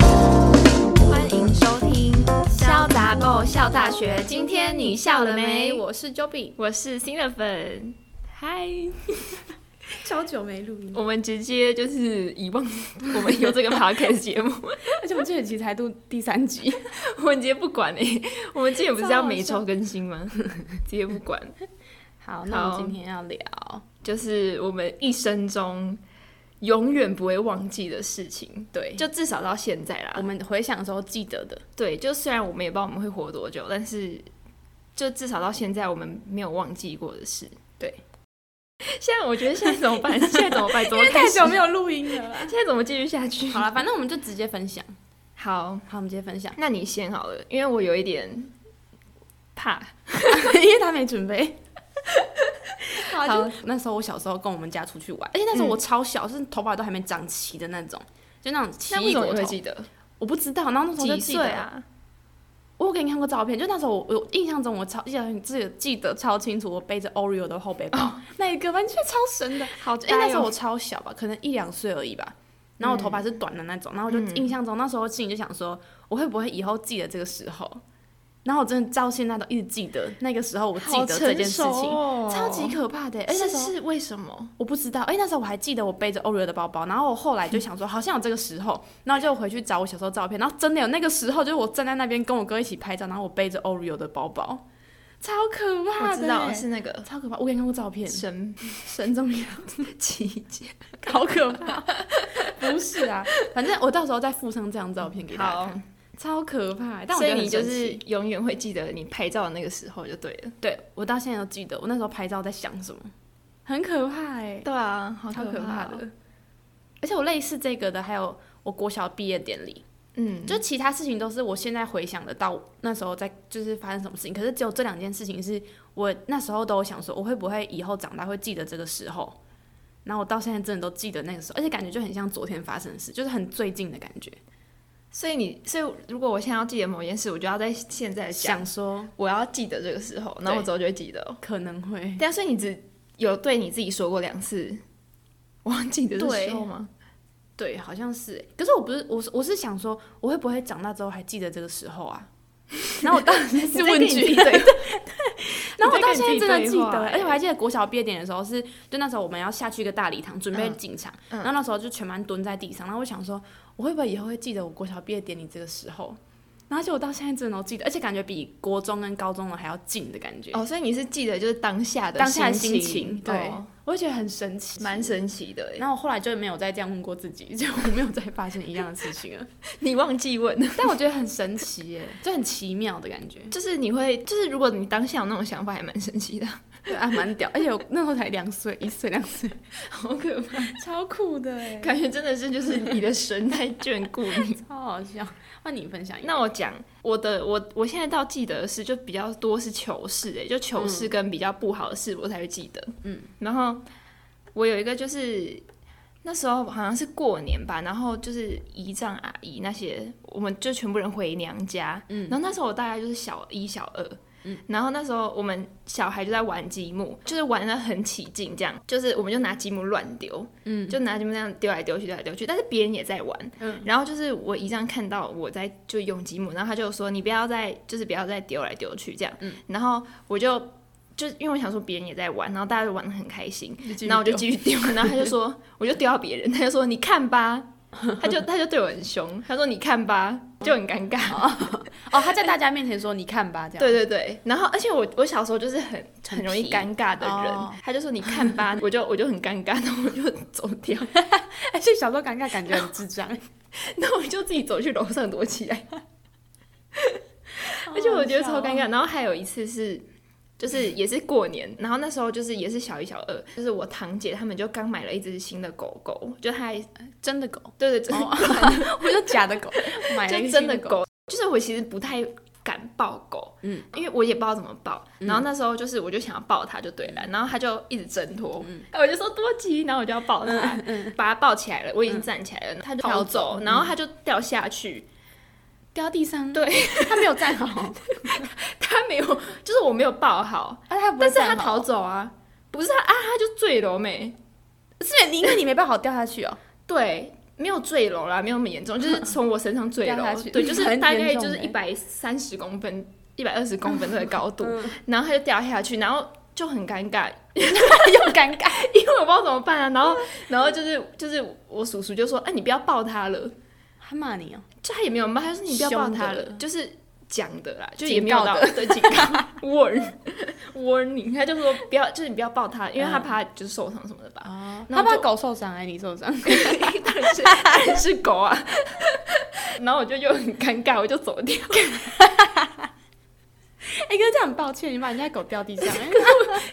欢迎收听《潇洒够笑大学今天你笑了没我是 Joby，我是新的粉，嗨， 超久没录音，我们直接就是遗忘我们有这个 podcast 节目， 而且我们这一集才录第三集，我们直接不管哎、我们之前不是超要好每笑周更新吗？直接不管，好，那我好们今天要聊，就是我们一生中永远不会忘记的事情，对，就至少到现在啦我。们回想的时候记得的，对，就虽然我们也不知道我们会活多久，但是就至少到现在我们没有忘记过的事。对， 现在我觉得现在怎么办？现在怎么办？怎么开太始？久没有录音了啦。现在怎么继续下去？ 好了，反正我们就直接分享， 好，好，我们直接分享，那你先好了，因为我有一点怕。 因为他没准备。 好好就嗯那时候我小时候跟我们家出去玩，而且哎那时候我超小，是头发都还没长齐的那种，就那种奇那为异什么果你会头。记得？我不知道，然后那时候就几记岁得，啊？我有给你看过照片，就那时候我我印象中我超印象自己记得超清楚，我背着 Oreo 的后背包、那一个，反正就超神的。好哎、那时候我我超小吧，可能一两岁而已吧。然后我头发是短的那种，然后我就印象中那时候心里就想说，我会不会以后记得这个时候？然后我真的到现在都一直记得那个时候，我记得这件事情，哦超级可怕的。哎、而那且时候是为什么？我不知道，哎、那时候我还记得我背着 Oreo 的包包，然后我后来 就想说，好像有这个时候，然后就回去找我小时候照片，然后真的有那个时候，就是我站在那边跟我哥一起拍照，然后我背着 Oreo 的包包，超可我怕的欸，知道是那 个超可怕，我给你看过照 片，神神中有，奇 迹。好可怕，不 是啊，反正我到时候再附上这张照片给大家好看，，超可怕欸，但我所以觉你得很就是神奇永远会记得你拍照的那个时候就对了。对我到现在都记得我那时候拍照在想什么，很可怕哎、对啊，好超可怕怕的。。而且我类似这个的，还有我国小毕业典礼，嗯，就其他事情都是我现在回想得到那时候在就是发生什么事情，可是只有这两件事情是我那时候都有想说，我会不会以后长大会记得这个时候？然后我到现在真的都记得那个时候，而且感觉就很像昨天发生的事，就是很最近的感觉。所以你，所以如果我现在要记得某件事，我就要在现在想，想说我要记得这个时候，然后我之后就会记得哦。可能会 对啊，所以你只有对你自己说过两次，我忘记的对时候吗？对，好像是欸。可是我不是，我是我是想说，我会不会长大之后还记得这个时候啊？然后我当时 是问句，你在跟你自己对然后我到你现在跟你在真的自己记对得话欸，欸而且我还记得国小毕业典礼的时候是，就那时候我们要下去一个大礼堂准备嗯进场，嗯然后那时候就全班蹲在地上，然后我想说，我会不会以后会记得我国小毕业典礼这个时候？然后结果到现在真的都记得，而且感觉比国中跟高中的还要近的感觉，哦，所以你是记得就是当下的当下的心心情，对哦，我会觉得很神奇，蛮神奇的欸。然后我后来就没有再这样问过自己，就我没有再发生一样的事情 了。你忘记问，但我觉得很神奇耶，就很奇妙的感觉，就是你会，就是如果你当下有那种想法，还蛮神奇的， 对啊，蛮屌。而且我那时候才两岁，一岁两岁，好可怕，超酷的哎，感觉真的是就是你的神在眷顾你。超好笑。换你分享一个，那我讲我的，我我现在倒记得的是就比较多是糗事、欸，就糗事跟比较不好的事我才会记得。嗯，然后我有一个就是那时候好像是过年吧，然后就是姨丈阿姨那些，我们就全部人回娘家。嗯然后那时候我大概就是小一、小二。然后那时候我们小孩就在玩积木，就是玩的很起劲，这样就是我们就拿积木乱丢，嗯，就拿积木那样丢来丢去，丢来丢去，但是别人也在玩，嗯然后就是我姨丈看到我在就用积木，然后他就说你不要再就是不要再丢来丢去这样，然后我就就因为我想说别人也在玩，然后大家都玩的很开心，然后我就继续丢，然后他就 说，我就丢到别人，他就说你看吧，他就他就对我很凶，他说你看吧，就很尴尬，哦，他在大家面前说：“你看吧，这样。” 对对对，然后而且我我小时候就是很很容易皮尴尬的人，哦他就说你看吧，我就我就很尴尬，然后我就走掉， 而且哎小时候尴尬，感觉很智 障。然后我就自己走去楼上躲起来，而且我觉得超尴哦尬。然后还有一次是。就是也是过年，然后那时候就是也是小一小二，就是我堂姐他们就刚买了一只新的狗狗，就它还真的狗，对对，真的哦 我就假的狗，买了一 就个真的新狗，就是我其实不太敢抱狗，嗯，因为我也不知道怎么抱。然后那时候就是我就想要抱它就对了，嗯然后它就一直挣脱，哎，我就说多吉，然后我就要抱嗯它，把它抱起来了，我已经站起来了，它就跑跑走走，然后它就掉下去，掉地上，啊对，他没有站 好，它没有，就是我没有抱好，啊，他不但会是它站好逃走啊，不是它啊，它就坠楼没。是你因为你没办法掉下去哦，对，没有坠楼啦，没有那么严重， 就是从我身上坠掉楼下去，对，就是很大严概重就是欸一百三十公分、一百二十公分的高度，嗯然后他就掉下去，然后就很尴 尬，又尴尬。因为我不知道怎么办啊。然后，然后就是就是我叔叔就说：“哎、你不要抱他了。他骂你哦，”就他也没有骂，他说：“你不要抱他了凶。”的就是讲的啦，就警也没有告到的对警 告 warn warning，他就说不要，就是你不要抱他，因为嗯他怕就是受伤什么的吧。然他后怕就狗受 伤哎，你受伤，当然是当然是狗啊。 然后我就又很尴尬，我就走掉。 哎哥，这样很抱歉，你把人家狗掉地 上，哎，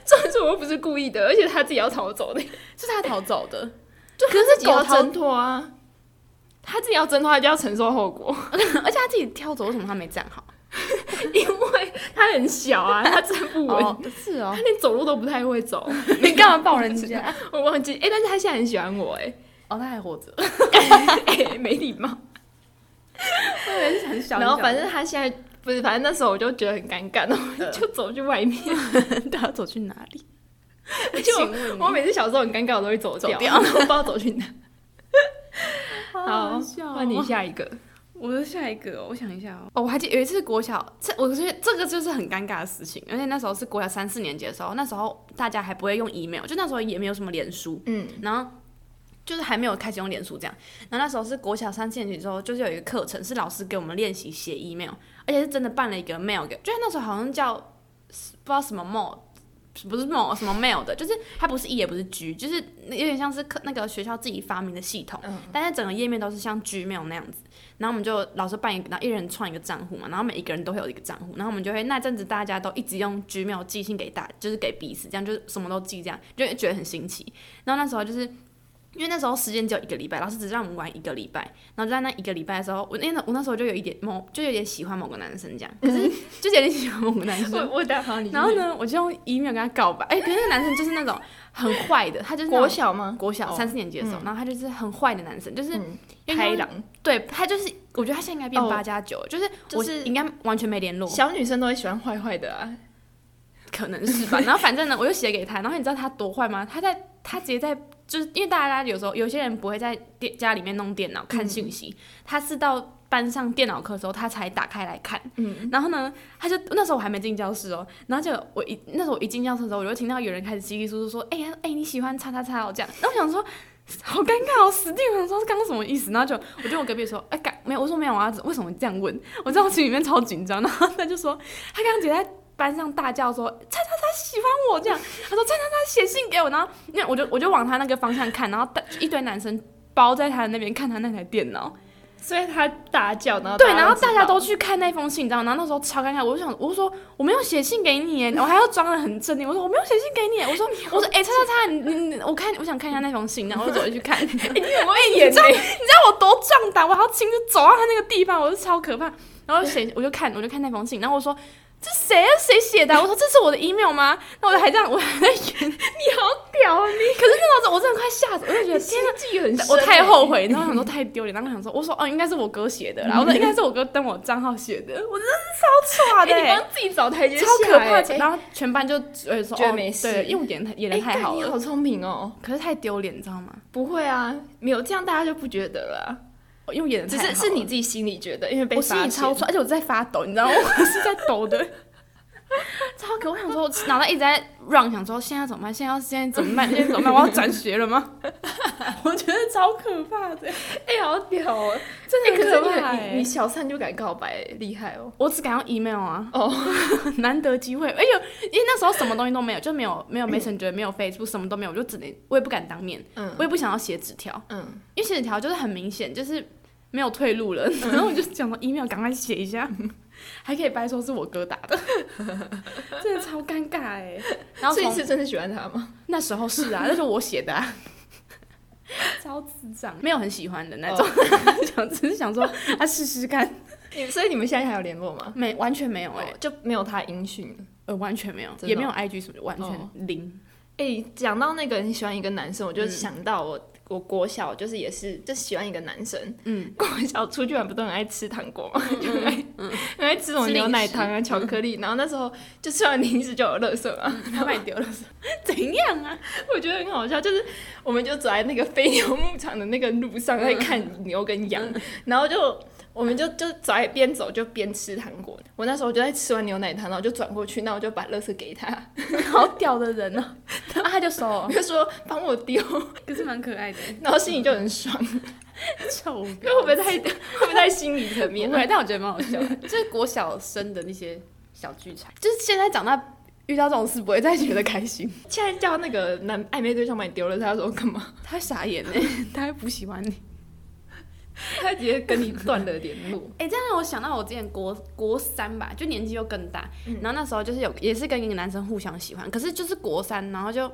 重点是我又不是故意的，而且他自己要朝我走的，是他逃走的，就可是自己要狗逃挣脱啊。他自己要挣脱，他就要承受后果。 而且他自己跳走，为什么他没站好？ 因为他很小 啊，他站不稳， 哦，是哦他，连走路都不太会 走。你干嘛抱人家？ 我忘记，哎、但是他现在很喜欢我、诶 哦，他还活着， 哎、诶没礼貌。 对，是很小 然后反正他现在不是，反正那时候我就觉得很尴尬，然后我就走去外面。正 他走去哪里？而且请问你 我我每次小时候很 尴尬，我都会走掉，走掉然后不知道走去哪。好好，哦换换你你。下一个。哦我的下一个哦，我想一下哦。哦，我还记得有一次国小，这我觉得这个就是很尴尬的事情，而且那时候是国小三四年级的时候，那时候大家还不会用 email，就那时候也没有什么脸书，嗯，然后就是还没有开始用脸书这样。然后那时候是国小三四年级之后，就是有一个课程是老师给我们练习写 email，而且是真的办了一个 mail 给，就是那时候好像叫不知道什么 mail。不是 mail 什么 mail 的，就是它不是 e 也不是 g，就是有点像是课那个学校自己发明的系统，但是整个页面都是像 Gmail 那样子。然后我们就老师办一个，然后一人创一个账户嘛，然后每一个人都会有一个账户，然后我们就会那阵子大家都一直用 Gmail 寄信给大，就是给彼此，这样就是什么都寄，这样就觉得很新奇。然后那时候就是。因为那时候时间只有一个礼拜，老师只让我们玩一个礼拜，然后就在那一个礼拜的时候，我那我那时候就有一点某，就有点喜欢某个男生这样，可是就是有点喜欢某个男 生，我我打好你。然后？呢，我就用 email 跟他告白。哎、可是那个男生就是那种很坏的，他就是那国种小吗？国小哦三四年级的时候，然后他就是很坏的男生，就是嗯，因为开他朗。对他就是，我觉得他现在应该变哦八加九了，就是就我是应该完全没联络，小女生都会喜欢坏坏的啊。可能是吧。然后反正呢，我就写给他，然后你知道他多坏吗？他在他直接在就是因为大家有时候有些人不会在电家里面弄电脑看信息，他是到班上电脑课的时候他才打开来看。嗯，然后呢，他就那时候我还没进教室哦，然后就我一那时候我一进教室的时候，我就听到有人开始稀稀疏疏说：“哎、呀，哎、你喜欢叉叉叉哦这样。”然后我想说。好尴尬哦，死定了！我想说刚刚什么意思？然后就我就跟我隔壁说，哎、干没有，我说没有，我要为什么这样问？我在我心里面超紧张。然后他就说，他刚刚姐在班上大叫说，叉叉叉喜欢我这样。 他说叉叉叉写信给我，然后那我就我就往他那个方向看，然后大一堆男生包在他的那边看他那台电脑，所以她大叫，然后对，然后知大家道 都去看那封信，你知道吗？然后那时候超尴尬，我就想，我就说我没有写信给你耶，我还要装的很镇定，我说我没有写信给你耶，我说我说哎叉叉叉，你你你我看我想看一下那封信，然后我就走进去看，你哎知道我会演呢。我多壮胆，我还要亲自走到他那个地方，我就超可怕。然后写我就看我就看那封信，然后我说。这谁啊？谁写的啊、我说这是我的 email 吗？那我就还这样，我还在演。你好屌啊！你可是那时候我真的快吓死，我就觉得天哪，记忆很深欸，我太后悔，然后想说太丢脸，然后想说，我说哦，应该是我哥写 的啦，我说应该是我哥登我账号写的，我真的是超哎。差的、 你欸，帮自己找台阶下超欸，可怕的。哎然后全班就呃说觉得哦没事对，因为我演得太演哎的太干好你 了，好聪明哦！可是太丢脸，你知道吗？不会啊，没有这样大家就不觉得了啊，因为我演的只太好是是了，你自己心里觉得，因为被我心发里超现。错，而且我在发抖，你知道吗？我是在抖的，超可。我想说，我脑袋一直在 run，想说现在怎么办？现在要现在怎么办？现在怎么办？我要转学了吗？我觉得超可怕的，哎，好屌哦！真哎，可的是很可怕你欸你你小三就敢告白，厉害哦！我只敢用 email 啊，哦， 难得机会，而且因为那时候什么东西都没有，就没有没有 Messenger，没有 Facebook，什么都没有，我就只能我也不敢当面，嗯我也不想要写纸条，嗯，因为写纸条就是很明显就是没有退路了，嗯然后我就想说 email 赶快写一下， 还可以掰说是我哥打的， 真的超尴尬哎、然后所以从你是真的喜欢他吗？那时候是啊， 那是我写的、啊。超智障，没有很喜欢的那种，哦 想、只是想说啊试试看， 你所以你们现在还有联络吗？没完全没有哎、欸哦，就没有他音讯了。呃，完全没有，真的也没哦有 IG 什么的，完哦全零。哎，讲到那个你喜欢一个男生，我就想到我、我国小就是也是就喜欢一个男生，嗯，国小出去玩不都很爱吃糖果吗？ 就很爱、很嗯爱吃那种牛奶糖啊、巧克力，然后那时候就吃完零食就有垃圾嘛，他把你丢了是吧 怎样啊？ 我觉得很好笑，就是我们就走在那个飞牛牧场的那个路上，在看牛跟羊，然后就我们就就走在边走就边吃糖果。我那时候就在吃完牛奶糖，然后我就转过去，那我就把垃圾给他，好屌的人哦， 啊他就收哦我，就说帮我丢， 可是蛮可爱的，然后心里就很爽， 臭 因为会不会太会不会太心理层 面不？会，但我觉得蛮好笑的， 就是国小生的那些小剧场，就是现在长大遇到这种事不会再觉得开心， 现在叫那个男暧昧对象把你丢了，他说干嘛？他会傻眼呢，欸他会不喜欢你。他直接跟你断了联络。哎、这样让我想到我之前国国三吧，就年纪又更大，然后那时候就是有也是跟一个男生互相喜欢，可是就是国三，然后就，哎、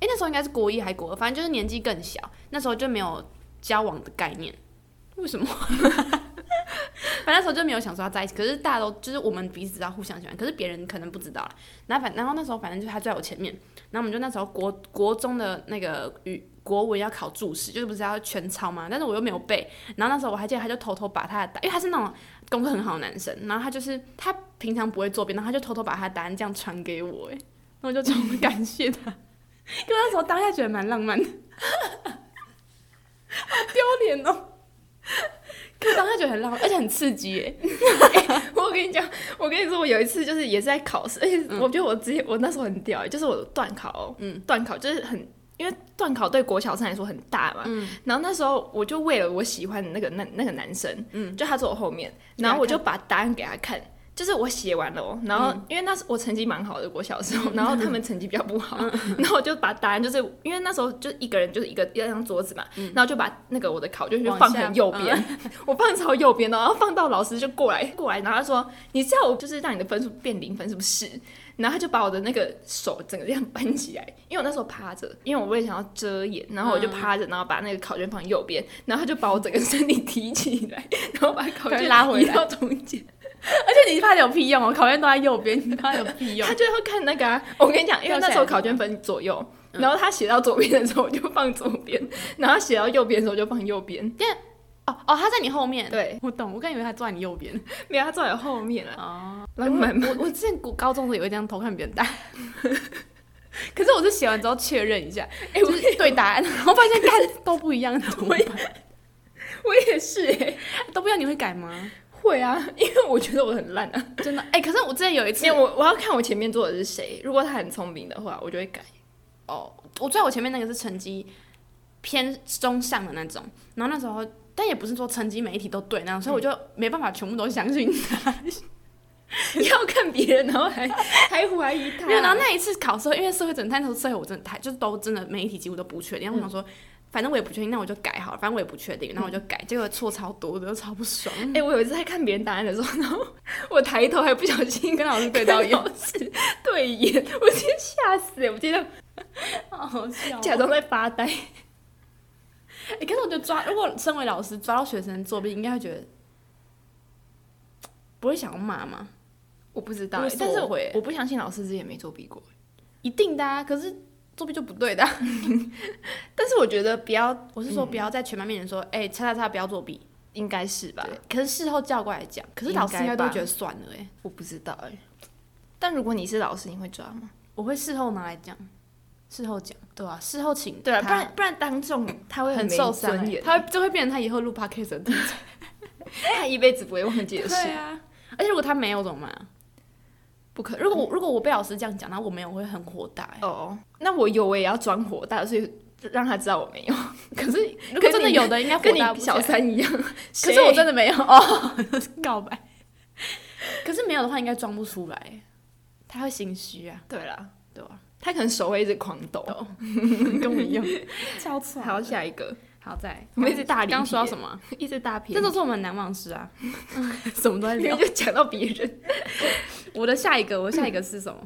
那时候应该是国一还国二，反正就是年纪更小，那时候就没有交往的概念，为什么？ 反正那时候就没有想说要在一起，可是大家都就是我们彼此知道互相喜欢，可是别人可能不知道啦。然后反然后那时候反正就是他在我前面，然后我们就那时候国国中的那个语国文要考注释，就是不是要全抄嘛，但是我又没有背，然后那时候我还记得，他就偷偷把他的答，因为他是那种功课很好的男生，然后他就是他平常不会做别然后他就偷偷把他的答案这样传给我，哎，那我就超感谢他，因为 那时候当下觉得蛮浪漫的，好丢脸哦。可当下觉得很浪漫，而且很刺激哎！ 我跟你讲，我跟你说，我有一次就是也是在考试，而且我觉得我直接我那时候很屌欸，就是我断考哦，嗯断考就是很。因为断考对国小生来说很大嘛，嗯然后那时候我就为了我喜欢的那个那那个男生，嗯就他坐我后面，给他然后我就把答案给他看，就是我写完了哦，然后嗯因为那时我成绩蛮好的，国小时候，然后他们成绩比较不好，然后我就把答案就是因为那时候就一个人就是一个一张桌子嘛，然后就把那个我的考卷就嗯往放下嗯很右边， 我放超右边的，然后放到老师就过来过来，然后他说：“你知道我就是让你的分数变零分是不是？”然后他就把我的那个手整个这样搬起来，因为我那时候趴着，因为我为了想要遮掩，然后我就嗯趴着，然后把那个考卷放右边，然后他就把我整个身体提起来，然后把考赶快卷拉回来移到中间。 而且你怕有屁用哦，考卷都在右边，你怕有屁用他就会看那个、啊，我跟你讲，因为那时候考卷分左右，嗯然后他写到左边的时候我就放左边， 然后写到右边的时候就放右边。哦哦，他在你后面，对，我懂，我刚以为他坐在你右边没有，他坐在我后面了，哦。浪漫吗？我 我之前国高中的时候也会这样偷看别人答案， 可是我是写完之后确认一下，哎、我就是对答案，然后发现看都不一样，怎么办我也是哎、都不一样，你会改吗？会啊，因为我觉得我很烂啊。真的，哎、可是我之前有一次没有，，我我要看我前面坐的是谁。如果他很聪明的话，我就会 改。哦，我最我前面那个是成绩偏中上的那种，然后那时候但也不是说成绩每一题都对那样，所以我就没办法全部都相信你要看别人，然后还 还怀疑他。没 有，然后那一次考试，因为社会整探头社会我真的太就是都真的每一题几乎都不确定，然后我想说。反正我也不确定，那我就改好了。反正我也不确定，那我就改，结果错超多的，超不爽。哎、我有一次在看别人答案的时候，然后我抬头还不小心跟老师对到眼， 对眼，我直接吓死、欸，我觉得好好笑假装在发呆。哎、可是我觉得抓，如果身为老师抓到学生作弊，应该会觉得不会想要骂吗？我不知道欸、我是但是我会我不相信老师之前没作弊过。一定的啊，可是作弊就不对的啊、嗯但是我觉得不要， 我是说，不要在全班面前说，哎、叉叉叉，不要作弊。应该是吧？可是事后叫过来讲，可是老师应该都会觉得算了、哎，我不知道哎、但如果你是老师，你会抓吗？我会事后拿来讲，事后讲，对吧、事后请对啊，他不然不然当众他会很没受伤、尊哎严他会就会变成他以后录 podcast 的地方。他一辈子不会忘记的事。对啊，而且如果他没有怎么办？不可能。如果我如果我被老师这样讲，然后我没有，我会很火大、哎哦，那我有我也要装火大，所以让他知道我没 有，可是如果真的有的，应该火跟大不你起来小三一样。 可是我真的没有 哦，告白。可是没有的话，应该装不出来，他会心虚啊，对啦，对吧、他可能手会一直狂抖。 跟我一样，超 惨好，下一个，好在我们一直大离刚刚题说到耶什么？啊一直大偏这，都是我们难忘事啊， 什么都在因为聊。就讲到别人， 我的下一个，我下一个是 什么？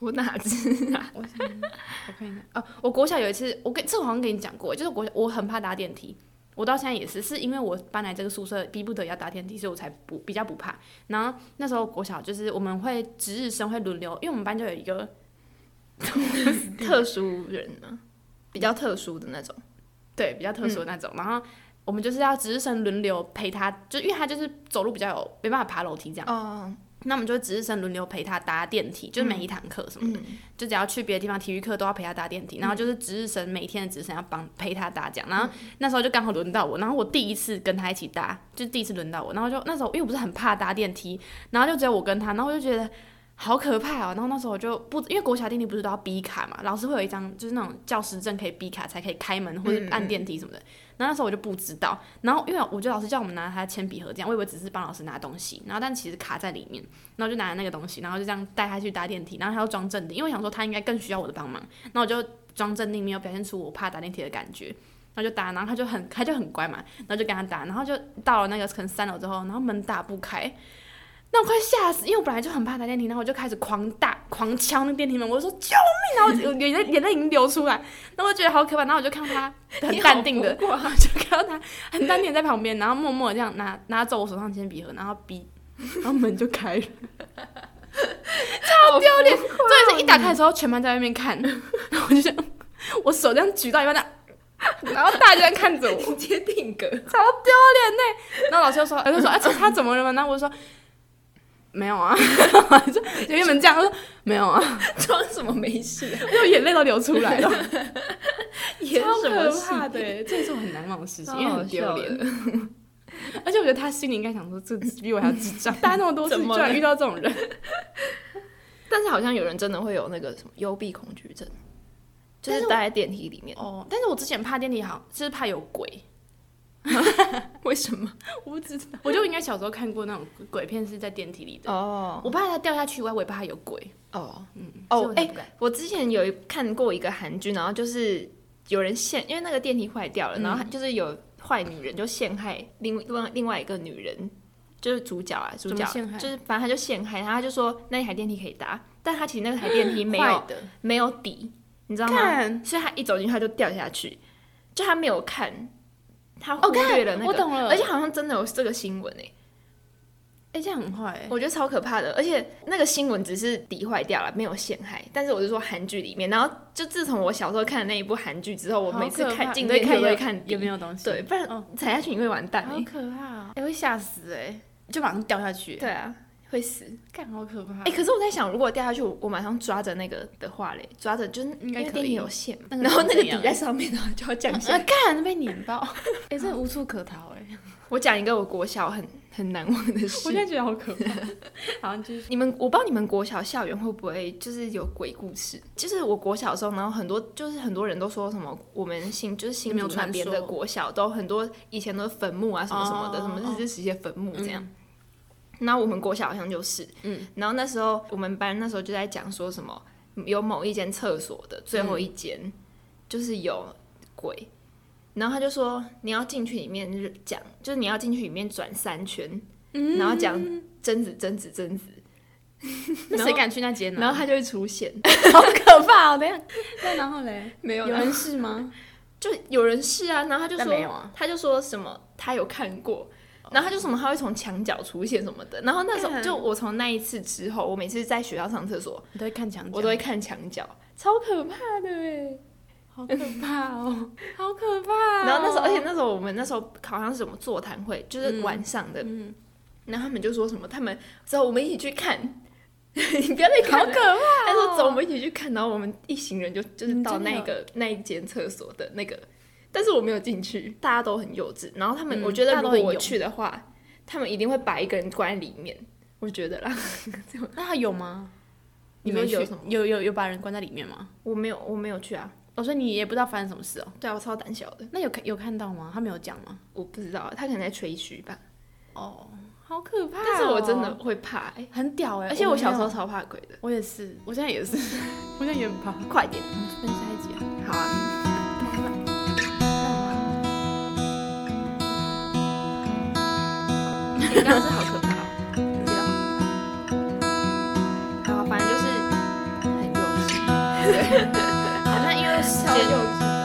我哪知啊？我想一下我看一下哦，我国小有一次，我跟这我好像跟你讲过，就是国小我很怕搭电梯，我到现在也是，是因为我搬来这个宿舍逼不得要搭电梯，所以我才不比较不怕。然后那时候国小就是我们会值日生会轮流，因为我们班就有一个特殊人吗？比较特殊的那种。对，比较特殊的那种。嗯然后我们就是要值日生轮流陪他，就因为他就是走路比较有没办法爬楼梯这样，哦，那我们就值日生轮流陪他搭电梯，就是每一堂课什么的，嗯就只要去别的地方体育课都要陪他搭电梯，然后就是值日生每天的值日生要帮陪他搭这样。嗯然后那时候就刚好轮到我，然后我第一次跟他一起搭，就是第一次轮到我，然后就那时候因为我不是很怕搭电梯，然后就只有我跟他，然后我就觉得。好可怕哦！然后那时候我就不，因为国小电梯不是都要 B 卡嘛，老师会有一张就是那种教师证可以 B 卡才可以开门或者按电梯什么的。然后那时候我就不知道，然后因为我觉得老师叫我们拿他的铅笔盒这样，我以为只是帮老师拿东西，然后但其实卡在里面，然后我就拿了那个东西，然后就这样带他去搭电梯，然后他要装镇定，因为我想说他应该更需要我的帮忙，然后我就装镇定，没有表现出我怕搭电梯的感觉，然后就搭，然后他就很他就很乖嘛，然后就跟他搭，然后就到了那个可能三楼之后，然后门打不开。那我快吓死，因为我本来就很怕搭电梯，然后我就开始狂打、狂敲那电梯门，我就说救命！然后我眼泪眼泪已经流出来，那我觉得好可怕，然后我就看他很淡定的， 你好我就看到他很淡定地在旁边，然后默默地这样拿拿走我手上铅笔盒，然后笔，然后门就开了，好丢脸，真的是一打开的时候，全班在外面看， 然后我就想，我手这样举到一半，这样然后大家就在看着我，直接定格。 超丢脸呢。然后老师就说，他就说，而且他怎么了嘛？然后我就说。没有啊，我就就原本这样，我说没有啊，装什么没事、啊？ 就眼泪都流 出来了， 演 超什么可戏？怕的欸耶，这也是我很难忘的事情，超因为好很丢笑脸的。而且我觉得他心里应该想说，这比我还要智 障，搭那么多次，怎么居然了遇到这种人。但是好像有人真的会有那个什么幽闭恐惧症，就但是是我待在电梯里面。哦，但是我之前怕电梯好，就是怕有鬼， 为什么？我不知道，我就应该小时候看过那种鬼片是在电梯里的，哦我怕它掉下去以外，我也怕它有鬼。哦嗯所以哦我！才哎、不敢我之前有一看过一个韩剧，然后就是有人陷，因为那个电梯坏掉了，嗯然后就是有坏女人就陷害另另外另外一个女人，就是主角啊，主么角陷害就是反正他就陷害，然后他就说那一台电梯可以搭，但他其实那台电梯没坏有的，没有底，你知道吗？看所以他一走进去他就掉下去，就他没有看，他哦忽看略了那，我个，懂了，而且好像真的有这个新闻诶、哎这样很坏欸，我觉得超可怕的，而且那个新闻只是底坏掉了，没有陷害。但是我是说韩剧里面，然后就自从我小时候看的那一部韩剧之后，我好每次可怕看进你在电梯都会有看底有没有东西，对，不然哦踩下去你会完蛋、好欸。可怕哦，哎会吓死哎，就马上掉下去，对啊，会死。看好可怕哎、，可是我在想，如果掉下去，我我马上抓着那个的话嘞，抓着就是应因该为可以电梯有线嘛，那个然后那个怎底样在上面，然后就要 降下来。啊看被碾 爆，哎真的无处可逃哎，我讲一个我国小很很难忘的我事现。在觉得好可怕， 好像就是你们我不知道你们国小校园会不会就是有鬼故事？就是我国小的时候，然后很多就是很多人都说什么我们新就是新没有竹那传边说的国小都很多以前都是坟墓啊什么什么的，哦嗯什么日治时期的坟墓这样。那我们国小好像就是，嗯，然后那时候我们班那时候就在讲说什么有某一间厕所的最后一间、嗯就是有鬼，然后他就说你要进去里面讲，就是你要进去里面转三圈，嗯然后讲贞子贞子贞子，那谁敢去那间呢？然后他就会出现， 好可怕哦，等一下，那然后嘞，没有有啦人是吗？就有人是啊，然后他就但说，没有啊他就说什么他有看过，然后他就什么他会从墙角出现什么的，然后那时候干就我从那一次之后，我每次在学校上厕所，你都会看嗯墙角，我都会看墙角，超可怕的哎。好可怕哦， 好可怕哦、然后那时候，而且那时候我们那时候好像是什么座谈会，就是晚上的，嗯，然后他们就说什么，他们之后我们一起去看， 你不要再看了。怕、他说走，我们一起去看，然后我们一行人就就是嗯到真的那有个、那一间厕所的那个，但是我没有进去，大家都很幼稚。然后他们，嗯我觉得大家如都果很我勇去的话，他们一定会把一个人关在里面，我觉得啦。那他有吗？ 你们们有去什么有有有把人关在里面吗？我没有，我没有去啊。哦，所以你也不知道发生什么事哦。对啊，我超胆小的，那有看有看到吗？他没有讲吗？我不知道啊，他可能在吹嘘吧。哦，好可怕、但是我真的会怕、欸，很屌哎、而且我小时候没有超怕鬼的。我也是，我现在也是， 我现在也很怕。快点，我们去分下一集啊。好啊。你刚刚是好可怕哦。不知道好，反正就是很幼稚。好，那因为时超间幼稚。